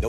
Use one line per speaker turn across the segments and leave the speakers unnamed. No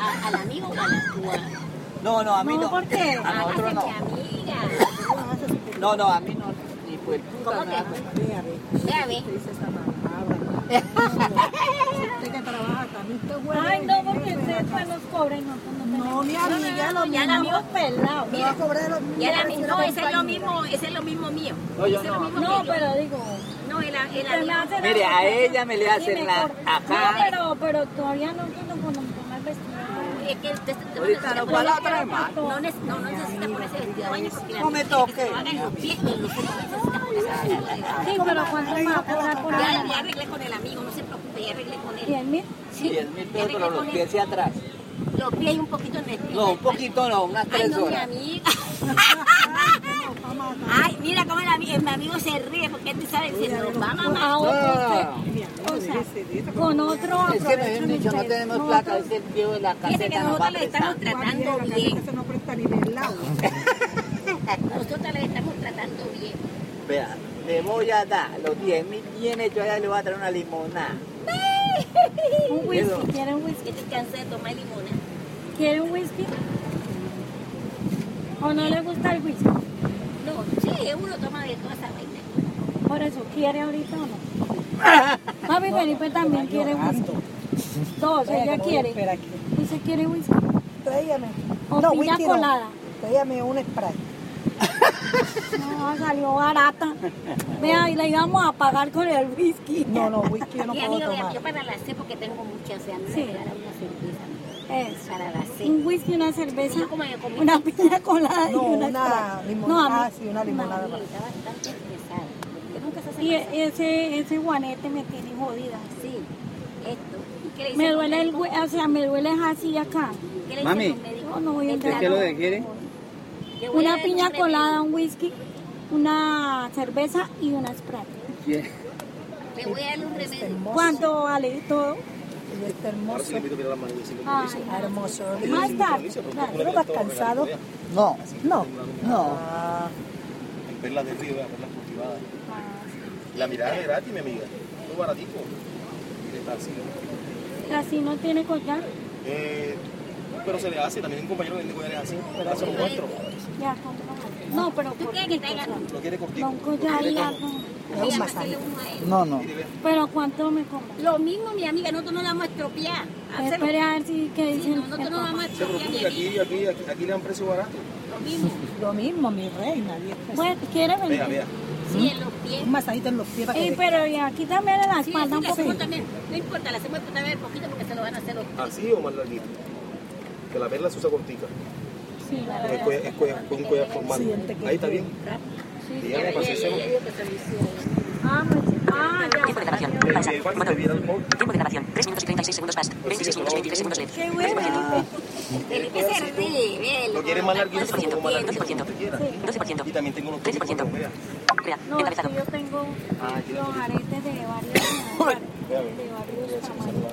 a- al amigo o a la cua.
No, no, a mí
No,
no.
¿por qué?
A nosotros no.
amiga.
No, no, a mí no. Ni por puta
¿Cómo
nada.
que? Mira, ve.
Ay, no, porque ustedes pues nos cobran. nosotros No, mi amiga,
no, ya la
amigos pelados.
Mira, y a la mi- no, ese es lo mismo, ese es lo mismo mío.
No, yo
Ese es
no.
lo mismo
No,
que yo.
pero digo.
No, el, el
te la
amigo.
hacen
Mire, a
otra
ella
cosa,
me le
sí,
hacen la-
mejor.
acá.
No, pero, pero todavía no entiendo cuando me pongo el vestido.
Es que usted usted
Ahorita
no
no
necesita
va la
poner-
otra más.
No, neces- no, no necesita ponerse vestido de baño porque la
No me
mujer que se
toque.
lo haga en los pies, en los pies, no necesita ponerse vestido de baño.
Sí, pero ¿cuánto me va a cobrar por
Ya,
ahí?
ya arreglé con el amigo, no se preocupe, ya arreglé con él.
¿Diez mil?
10 mil pesos, pero los pies hacia atrás.
Los pies y un poquito en el pie.
No, un poquito no, unas
Ay,
3
no, mi
horas.
amiga. Ay, mira cómo el ami- mi amigo se ríe porque él sabe que se lo va a mamar.
Ah,
No,
o sea, con otro
Es que me habían
aprovechan
dicho, no
ustedes.
tenemos plata, es el tío de la
Fíjese que
caseta nos va a
nosotros le estamos
prestar.
tratando bien. Nosotros le estamos tratando bien.
Vea, le voy a dar los 10 mil bien hechos, allá le voy a traer una limonada.
Un whisky, ¿quieren whisky?
Que te cansé de tomar limona.
¿Quieren whisky? ¿O no le gusta el whisky?
No, sí, uno toma de toda esa vaina.
Por eso, ¿quiere ahorita o no? Papi Felipe también quiere whisky. Dos, ella quiere. Dice quiere whisky.
Tráigame.
O
No,
piña
whisky no.
colada.
Tráigame un spray.
No, salió barata. Vea, y la íbamos a pagar con el whisky.
No, no, whisky yo no
Y
puedo
amigo, yo
tomar.
para la sed porque tengo mucha sed. A mí me
Sí.
regala una cerveza.
Eso.
Para la sed.
Un whisky, una cerveza,
Yo como yo comí
una piña colada y
No,
una
una
colada.
limonada,
No, a mí-
sí, una limonada.
Amigo, está bastante estresada. Porque nunca se hace
Y
cansada.
e- ese, ese guanete me tiene jodida.
Sí, esto. ¿Y qué le dice
Me
el
duele el
médico?
hue- o sea, me duele es así acá.
¿Qué le
Mami.
dice el médico?
No, no voy a
Entra,
entrar.
¿Qué es lo que quiere?
le voy a
Una
dar
piña
un
colada, un whisky, una cerveza y una spray.
¿Quién?
remedio. Le voy a dar un remedio.
¿Cuánto vale todo?
Y este hermoso,
Ay,
hermoso.
más tarde.
¿Tú no vas cansado?
No,
No.
no.
Ah,
Perlas del río, vean, perlas cultivadas. La mirada es gratis, mi amiga. Muy baratico. Mire, está así.
Así no tiene collar.
Eh, pero se le hace, también un compañero que le es así. Brazo lo muestro.
Ya, con- No, pero
¿Tú quieres que te haga?
cortico,
Lo quiere
no,
cortito.
un collar y algo.
Voy a hacerle uno a él.
No, no.
Pero ¿cuánto me compras?
Lo mismo, mi amiga, nosotros no la vamos a estropear. Hacelo.
Espere a ver si que
Ah, Sí, no,
dicen.
nosotros no la vamos a
Se
estropear, mi
preocupe que
amiga.
aquí, aquí, aquí, aquí le dan precio barato.
Lo mismo.
Lo mismo, mi reina. diez pesos.
Bueno, ¿quiere
Vea,
venir?
vea.
Sí, en los pies.
Un masajito en los pies para que
Ey, pero y aquí también en la
Sí,
espalda
sí,
un
le hacemos
poquito.
también. No importa, le hacemos también poquito porque se lo van a hacer los pies.
Así o más larguito. Que la perla se usa cortica.
Sí, la
Es,
verdad.
cue- es cue- con un collar formal. Ahí está bien. Dígame, para hacerse un-
Ah, pues, ah, ya.
Tiempo de grabación. Pausa.
Eh, ¿Cuánto te viene el móvil?
Tiempo de grabación. 3 minutos y 36 segundos past. 26 minutos 23 segundos LED.
Qué bueno.
Felipe se ríe, véelo.
Lo quiere más larguito, se lo pongo más larguito.
12%.
como quiera.
12%.
Y también tengo unos
13%.
vea.
Vea,
No, es
encabezado.
que yo tengo
Ah,
los aretes de varios, de varios tamaños.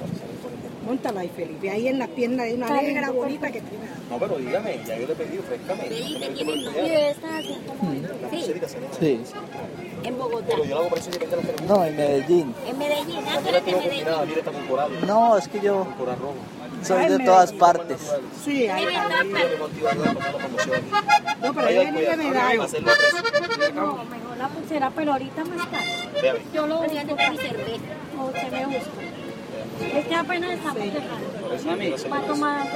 Móntala Ay, Felipe, ahí en la pierna de una
Ay,
negra
no,
bonita que tiene.
No, pero dígame, ya yo le pedí, ofrézcame.
Sí.
En Bogotá.
Pero yo la hago por eso que pensé la
No, en Medellín.
En Medellín. Ah,
Yo
tú
la
eres de
tengo
Medellín.
combinada, mira, está con coral.
No, es que yo
Coral rojo.
soy de todas partes.
Sí, ahí.
Eres trampa.
No, pero ahí
Ahí
venía
voy a-
medalla.
a hacerlo
No, mejor la pulsera, pero ahorita más
Ve a
tarde.
ver.
Yo lo
Pero ya
busco.
te pedí cerveza.
O se me busca. Es que apenas estamos llegando. Va a tomar.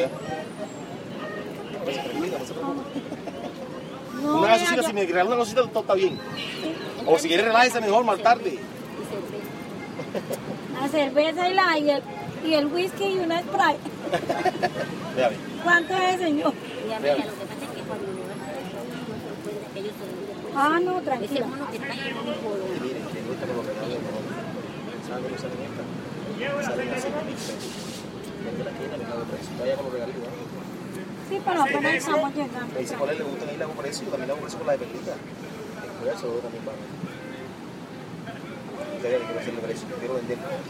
No,
Una
vea,
gasosita,
ya-
si me regala una cosita, todo está bien. O si quieres relájese mejor más tarde.
La cerveza y, la, y, el, y el whisky y una Sprite.
Ve a ver.
¿Cuánto es, señor?
Mira, mira, lo que pasa es que cuando uno va a hacer un encuentro, pues, ellos son muy después.
Ah, no,
Ese
tranquila.
mono que está ahí en un jodón.
¿Sabe cómo salen estas? Salen a 5.000 pesos. Porque la tienda le cabe precio. Vaya con los regalitos, ¿eh?
Sí, pero apenas estamos llegando.
Me dice cuál es le gusta, ahí le hago por eso. Yo también le hago por eso con la de perlita. Por eso yo también pago. Usted ve que quiero hacerle precio, quiero vender.
Ahorita
Ay, que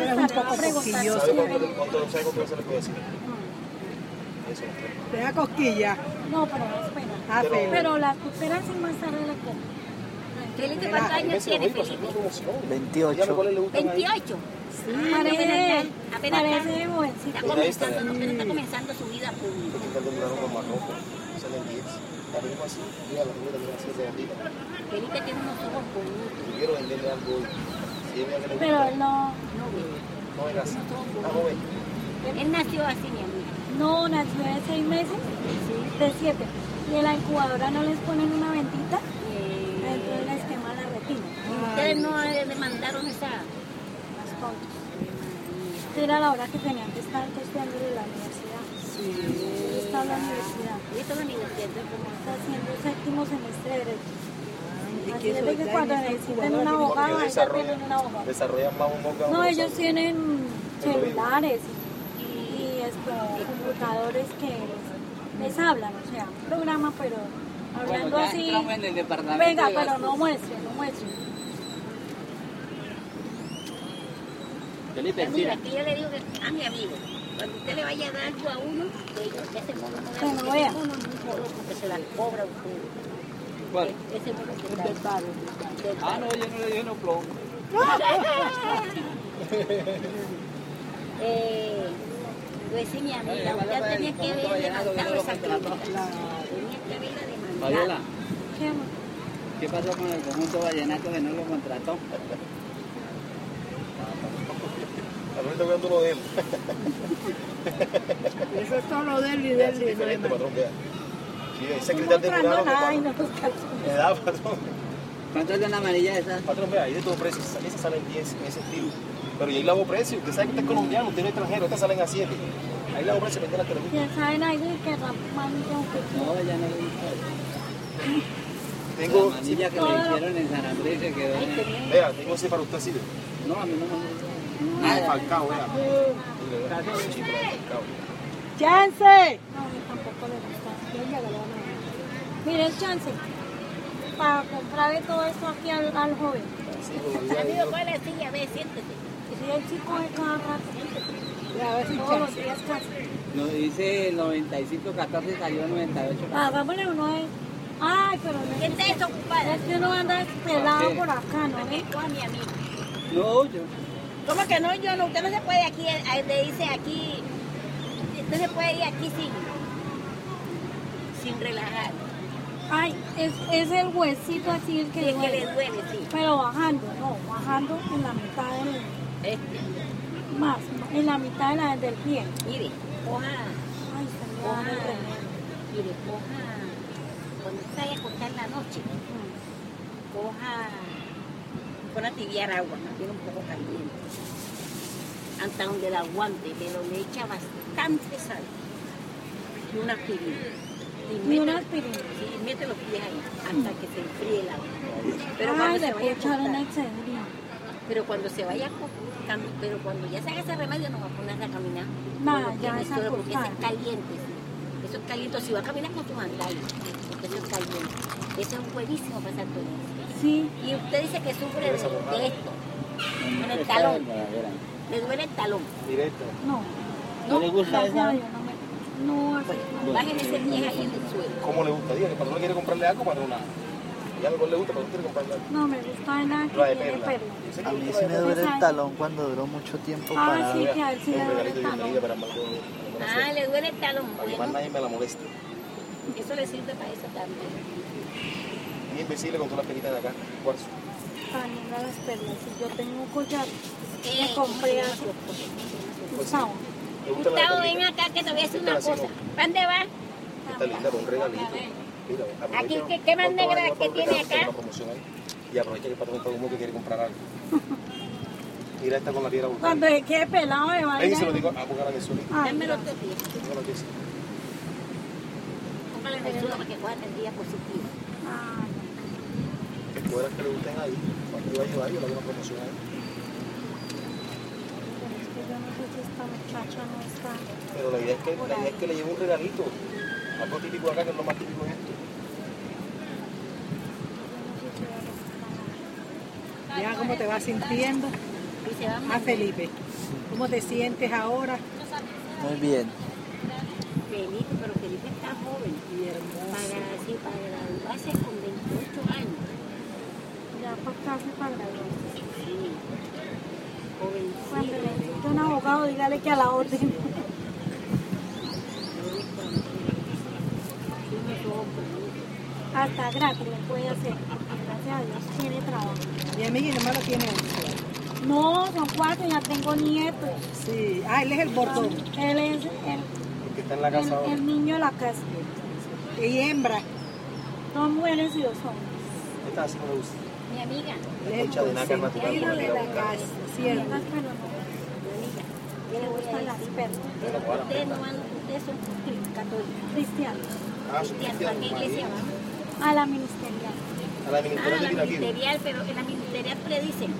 eres un
vamos a
poco
preguntar si
cosquilloso.
¿Sabe
quieren-
cuánto, cuánto, sabe cuánto se le puede decir? Eso.
Te da cosquilla.
No, pero espera.
Ah, Felipe.
Pero las pulseras sí más tarde la compro.
Felipe, ¿cuántos años
Ese,
tiene
oye, pasó
Felipe?
una promoción. Dígame
28.
cuáles le gustan ahí.
28.
Parece,
Apenas
parece
Ah, está,
jovencita.
está comenzando, no, apenas está comenzando su vida pública.
Porque está comprando unos marrocos. Salen 10. La misma así. Mira, la primera también así es de bandita.
Felipe tiene unos ojos bonitos.
Yo quiero venderle algo hoy. Si ella que le
Pero
gusta,
él no,
No ve.
no es así. Está joven.
Él nació así, mi amiga.
no nació de seis meses, de siete. Y en la incubadora no les ponen una ventita, entonces les quema la retina.
Ustedes no eh, le mandaron esa.
Las fotos. Era la hora que tenían que estar costeando de la universidad. Está la universidad.
Esto es la universidad.
Como está haciendo séptimo semestre de derecho.
¿de
Así
qué
es de que
soy?
cuando
Ay, no soy
necesiten
jugadora,
una
ni
abogada,
Porque
ellas tienen una
desarrollan,
abogada.
desarrollan más un órgano.
No,
que
ellos
nosotros.
tienen celulares y, y este, computadores que les, les hablan, o sea, programa, pero hablando así. Venga, pero no muestre, no muestre.
Mira, que yo le digo que a mi amigo, cuando usted le vaya a dar algo a uno, que yo- ese mono no
Que no
porque
vea.
ese mono es muy joropo, que se la cobra a usted. Ese mono que está del
Ah, no, yo no le dio no plomo.
Eh, pues sí, mi amiga, ya tenía que haber levantado esa crítica. Tenía que haberla demandado.
¿Qué amor?
¿Qué pasó con el conjunto vallenato que no lo contrató?
A mí me está cuidando uno de él.
Eso es todo lo del y
Vea, es
del y no hay
diferente,
más.
patrón, vea. Sí, ese
No
cristal de
mostrando pues,
Murano que
nada y
pa-
no nos calzó.
me da, patrón.
¿Cuánto es de una amarilla esa?
Patrón, vea, hay de todo precio. Esa- Esas salen 10 en ese estilo. Pero y ahí la hago precio. Usted sabe que usted es colombiano, usted no es extranjero. Estas salen a 7. Ahí la hago precio, vende la que le gusta.
Ya saben algo y que rapan
No, ya no
Tengo,
que
le hicieron
en San Andrés se quedó
vea, tengo ese para usted así. ve.
No, a mí no me
Ah, Falcao, vea. Mira, vea, es un chico, vea, Falcao.
¡Chance!
No, tampoco le gusta. Yo ya lo van a ver. Mire, es chance para comprarle todo esto aquí al, al joven.
Sí, como digo, ahí,
Amigo,
¿no?
¿cuál es la silla? Ve, siéntese.
Y si el chico de cada rato,
Ya, a ver si
todos los
chance.
días chance.
Nos dice 95, 14, salió 98.
Ah, vámonos uno de... Ay, pero no
¿Qué
es
está desocupada?
Es que uno anda pelado por acá, ¿no? ve?
Vengo a mi amigo.
No, yo.
¿Cómo que no? Yo no, usted no se puede aquí, eh, le dice aquí, usted se puede ir aquí sin, sin relajar,
Ay, es, es el huesito así el
que,
que
que le
duele.
duele, sí.
Pero bajando, no, bajando en la mitad del...
Este,
Más, en la mitad de la, del pie.
mire, coja,
Ay, se me va a
coja,
dar el remedio.
mire, coja, cuando usted vaya a acostar en la noche, coja, pon a tibiar agua, más bien un poco caliente, hasta donde la aguante, pero le echa bastante sal y una aspirina.
Ni una
métela-
aspirina.
Sí, mete los pies ahí hasta que se enfríe el agua. Pero cuando
Ay,
se
le voy a
vaya a
echar una
acostar,
excedrina.
pero cuando se vaya a acostar, cam- pero cuando ya se haga ese remedio no va a poner a caminar.
Nada,
Con los
ya
pies
es
solo, porque eso es
acostada.
caliente. sí. Eso es caliente, si va a caminar con tus sandalias, porque eso es caliente. Eso es buenísimo para Santo Domingo.
Sí,
Y usted dice que sufre de, de esto, con el talón, le duele el talón.
Directo.
no.
¿No le gusta
Gracias
esa?
a Dios, no
No,
me
bájale ese vieja ahí en el suelo.
¿Cómo le gusta? Diga que cuando uno quiere comprarle algo, para una. Y algo le gusta, pero uno quiere comprarle algo.
No me gusta nada que
La de
tiene
perla.
perla.
A mí sí me duele el talón cuando duró mucho tiempo
Ah,
parado.
sí, que a él sí le
Un
duele
regalito
el
de bienvenida
talón.
para Margot.
Ah, le duele el talón.
Para que más
Bueno,
nadie me la moleste.
eso le sirve para eso también.
Bien visible con todas las pelitas de acá. Cuarzo.
Tan lindas las perlas. Y Yo tengo un collar que compré Pues hace Gustavo.
¿Te gusta la de
Gustavo, ven
perlita?
acá que te voy a decir
Esta
una
la
cosa.
sigo.
¿Para dónde vas?
Está linda, con un regalito. Mira, aprovecha.
Aquí, ¿qué- qué más
¿Cuánto
negra
vale?
que
Aprovecha,
tiene
tengo
acá?
una promoción ahí. Y aprovecha que el patrón está humo que quiere comprar algo. Mira esta con la piedra
Cuando se
volcánica.
quede pelado me va a
Ven y
ir
se lo
a-
digo a buscar a Jesús.
Ay,
Dámelo
Ah, mira.
tú, tío.
Dígalo aquí, sí.
Póngale en el suelo para que cojan el día positivo.
Ay,
Que puedas que le gusten ahí. Aquí va a llevar, yo le hago una promoción ahí.
pero es que yo no sé si esta muchacha no está.
Pero la idea es que, la idea es que le lleve un regalito. Algo típico de acá, que es lo más típico de esto.
Ya, ¿cómo te vas sintiendo?
Pues
A Felipe. ¿Cómo te sientes ahora?
Muy bien.
Felipe, pero Felipe está joven. Y Para, sí, para graduarse con 28 años.
Ya por casi para graduarse.
Sí.
Cuando le necesite un abogado, dígale que a la orden. Hasta gratis le puede hacer, porque gracias a Dios tiene trabajo.
Mi amiga y nomás lo tiene un
No, son cuatro, ya tengo nietos.
Sí, ah, él es el bordón.
Él es el,
Porque está en la casa
el-
ahora.
el niño de la casa.
Y hembra.
Dos mujeres y dos hombres.
Esta así no me gusta.
Mi amiga.
Concha de nácar natural. como
Ella
la
de
piedra
la
volcánica.
casa, cierto.
Nietas, pero no
Yo le voy
le
a
gustan las
decir,
perlas.
pero ustedes no van, ustedes son católicos.
Cristianos.
Ah, su
¿Y a
cristiano,
qué
María.
iglesia van?
A la ministerial.
A la ministra
Ah,
de
la
Piraquil.
ministerial, pero en la ministerial predicen.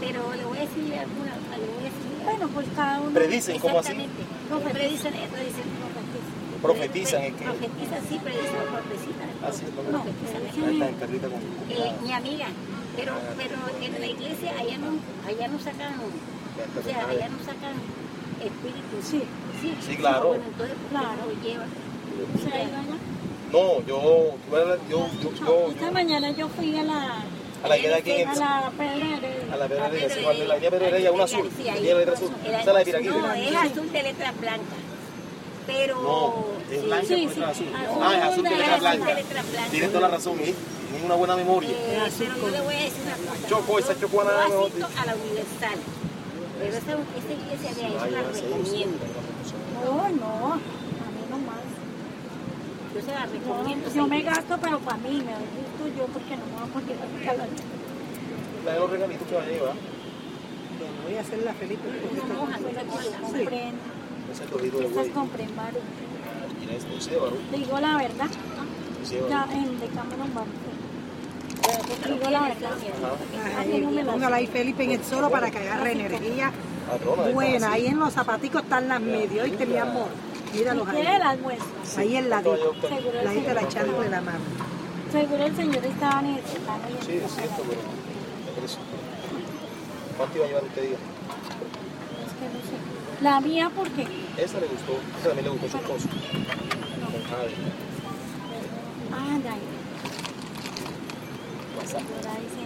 Pero le voy a decir alguna, le voy a decir.
Bueno, pues cada uno.
Predicen, ¿cómo así?
Exactamente. No, predicen, eh, predicen, no, profetizan.
Profetizan, es que-
Profetizan, sí, predicen, profetizan.
Así Ah, es lo
No,
que
profetizan.
Ahí está, en Carlita con. Ah,
Eh, mi amiga, pero, pero en la iglesia allá no, allá no sacan, o sea, allá no sacan espíritu. Sí, sí,
Sí, claro.
Bueno, entonces, claro, lleva.
Se ha ido allá.
No, yo, yo, yo, yo, yo,
Esta mañana yo fui a la.
a la piedra aquí en
A
el-
la Pedra Heredia.
a la piedra de Jesús, a la piedra de ella, una azul,
Sí,
que
ahí.
tiene la letra azul,
Era-
esa es la de Piraquil.
No, es azul de letra blanca. Pero.
No, es
sí,
blanca
sí,
con
sí.
letra azul. Ah, es azul de letra
de
blanca.
letra blanca.
Tiene toda la razón, ¿eh? Tiene una buena memoria.
Eh, pero yo le voy a decir una cosa.
Choco, esa chocuana
Yo
era mejor.
asisto a la Universal. Pero esa, esta iglesia de ahí yo la recomiendo.
No, no. A mí nomás.
Yo se la recomiendo.
No, yo me gasto, pero para mí. Me doy gusto yo porque no me voy a poner a regalar.
La de los regalitos que va a llevar.
Bueno, voy a hacer la Felipe. porque está-
Compré.
Ese torrito de
Estas
güey.
compré en Baru.
Mira, este ese de varón.
Te digo la verdad.
Ese de varón.
Ya en de Cameron Baru. Te digo la verdad.
Ajá, y Póngala ahí Felipe en el suelo para que agarre energía
Patrona, ahí Ah, está,
buena.
así.
Ahí en los zapaticos están las medias, oíste mi amor. Míralos
Si quiere
ahí.
las muestro.
Ahí en la
Yo,
ladito.
doctor.
Seguro el
Ahí te la
señor,
echando de la mano.
seguro el señor estaba necesitando. y
Sí, es
entonces,
cierto, pero. pero eso. ¿Cuánto iba a llevar usted, diga?
es que no sé. La mía porque
Esa le gustó, esa también le gustó su esposo. Con Javi.
Ah, ya. Ahora dice,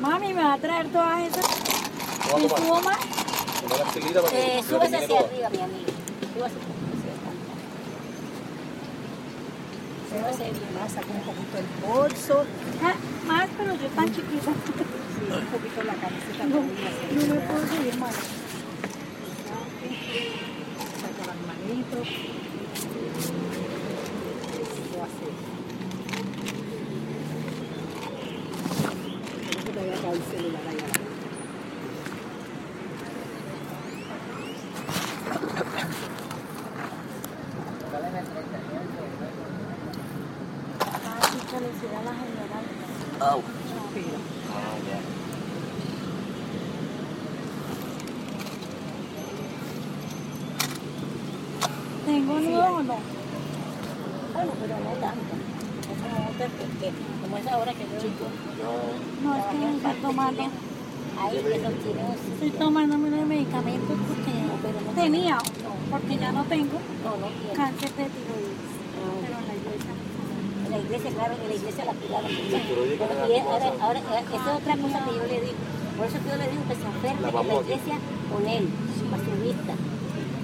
Mami, ¿me va a traer todas esas?
No va
¿Y
a tomar.
subo más?
Tomó la estilita para que
Eh,
que la
súbase
termine
hacia
toda.
arriba, mi amigo. Súbase hacia arriba. Súbase bien.
Vamos a sacar un poquito el bolso,
Ah, más, pero yo tan chiquita.
un poquito la camiseta.
No,
también, así,
no me puedo subir más.
Saca las manitos. Lo hace. Creo que te había caído el celular ahí abajo.
Ah, chica, le decía a la general.
Au.
Mira.
¿Tengo nudo o no?
Bueno, pero no tanto. Es como otra, porque como es ahora que yo chico,
No, es que me estoy tomando.
ahí que los tiene un
Estoy tomando unos medicamentos porque tenía.
No,
porque ya no tengo
No, no tiene. Ah,
cáncer de tiroides. Pero en la iglesia
En la iglesia, claro, en la iglesia la cuidaron.
pero
Y
llegan a la
ahora,
casa.
Eh, ahora, esa es otra cosa que yo le digo. Por eso que yo le digo que se
La
aferre en la
vamos a-
iglesia con él, a su vista.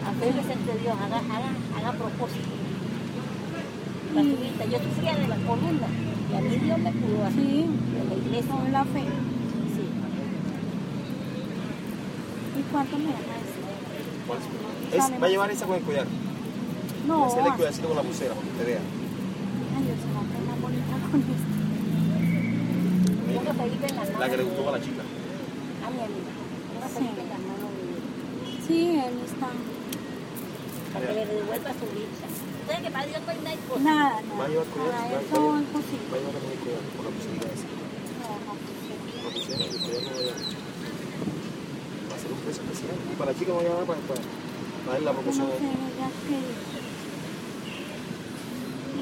Aférrese ante Dios, haga, haga, haga propósito. A su vista. Yo sufría de la columna y a mí Dios me curó así. en la iglesia.
con la fe. ¿Y cuánto me da
Es-
Sale
va a
más.
llevar esa con el collar.
No,
Y hacerle
ah.
cuidacito con la pulsera, porque te vea.
Ay, Dios, se va a poner bonita con esto.
Una pelita en la mano.
La que le gustó a la chica.
A mi amiga. Una pelita en la mano.
Sí, él está.
Para que le devuelva su vista. Ustedes que para Dios no hay nada. imposible.
Nada,
Va a
nada.
llevar collar.
Para
va-
él
va-
todo es posible.
va a llevar con el collar, con la pulserita esa.
pues,
La pulsera, el collar no va a llevar. Va a ser un precio especial. Y para la chica no va a llevar para, para, para darle la
Yo no
promoción.
sé, ya que...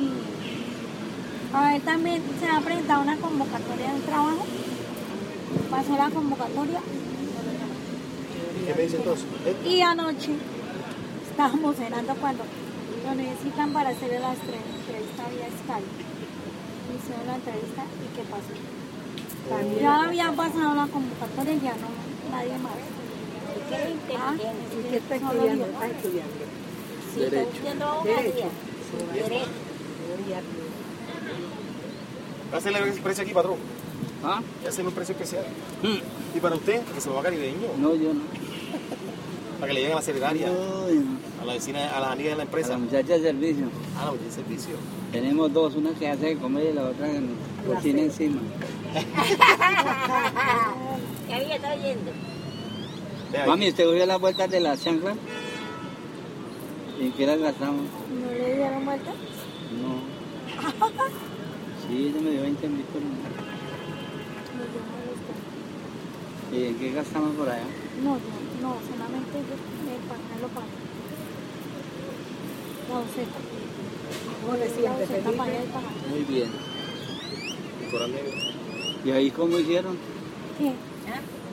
Y... A él también se ha presentado una convocatoria de trabajo. Pasó la convocatoria
¿Y qué me dice entonces? ¿Eh?
y anoche estábamos cenando cuando lo necesitan para hacer la estre- entrevista vía Skype. Hicieron la entrevista y qué pasó.
También.
ya había pasado la convocatoria y ya no nadie más. Ah,
Qué inteligente.
este ¿Y qué está
Solo
estudiando? Ah,
yo.
Está estudiando.
Sí, está estudiando abogacía. Derecho.
Va a hacerle un precio aquí, patrón.
¿Ah?
Va a hacerle un precio especial. ¿Y para usted? ¿Que se lo va a caribeño?
Mm. No, yo no.
Para que le lleguen a la secretaria, a la vecina, a las amigas de la
A
empresa.
la muchacha de servicio.
Ah, la muchacha de servicio.
Tenemos dos, una que hace de comer y la otra que nos cocina encima.
¿Qué había estado yendo?
Mami, ¿usted vio las vueltas de la chancla? ¿En qué las gastamos?
¿No le dieron vuelta?
No. Sí, ella me dio 20 mil por una. ¿Y en qué gastamos por allá?
No, yo, no, solamente yo me pagué lo pago. La doceta.
¿Cómo le
La
siente,
doceta pagué el
Felipe?
pago.
Muy bien. ¿Y ahí cómo hicieron?
¿Qué?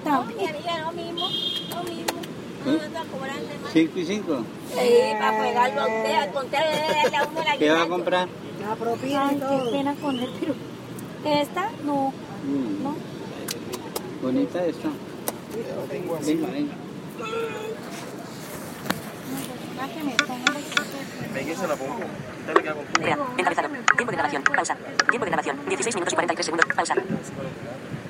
No, mi amiga, lo mismo, lo mismo. No, no está cobrando más.
¿Cinco y cinco?
Sí, para pagarlo a usted, al contrario de darle a uno la
¿Qué va a comprar?
La propina
Ay,
y
qué
todo.
pena con él, pero esta no,
Mm,
no.
Bonita esta. Venga, venga.
La que me ponga
Venga, se la pongo. Dale que hago.
Vea, encabezado. Tiempo de grabación. Pausa. Tiempo de grabación. 16 minutos y 43 segundos. Pausa.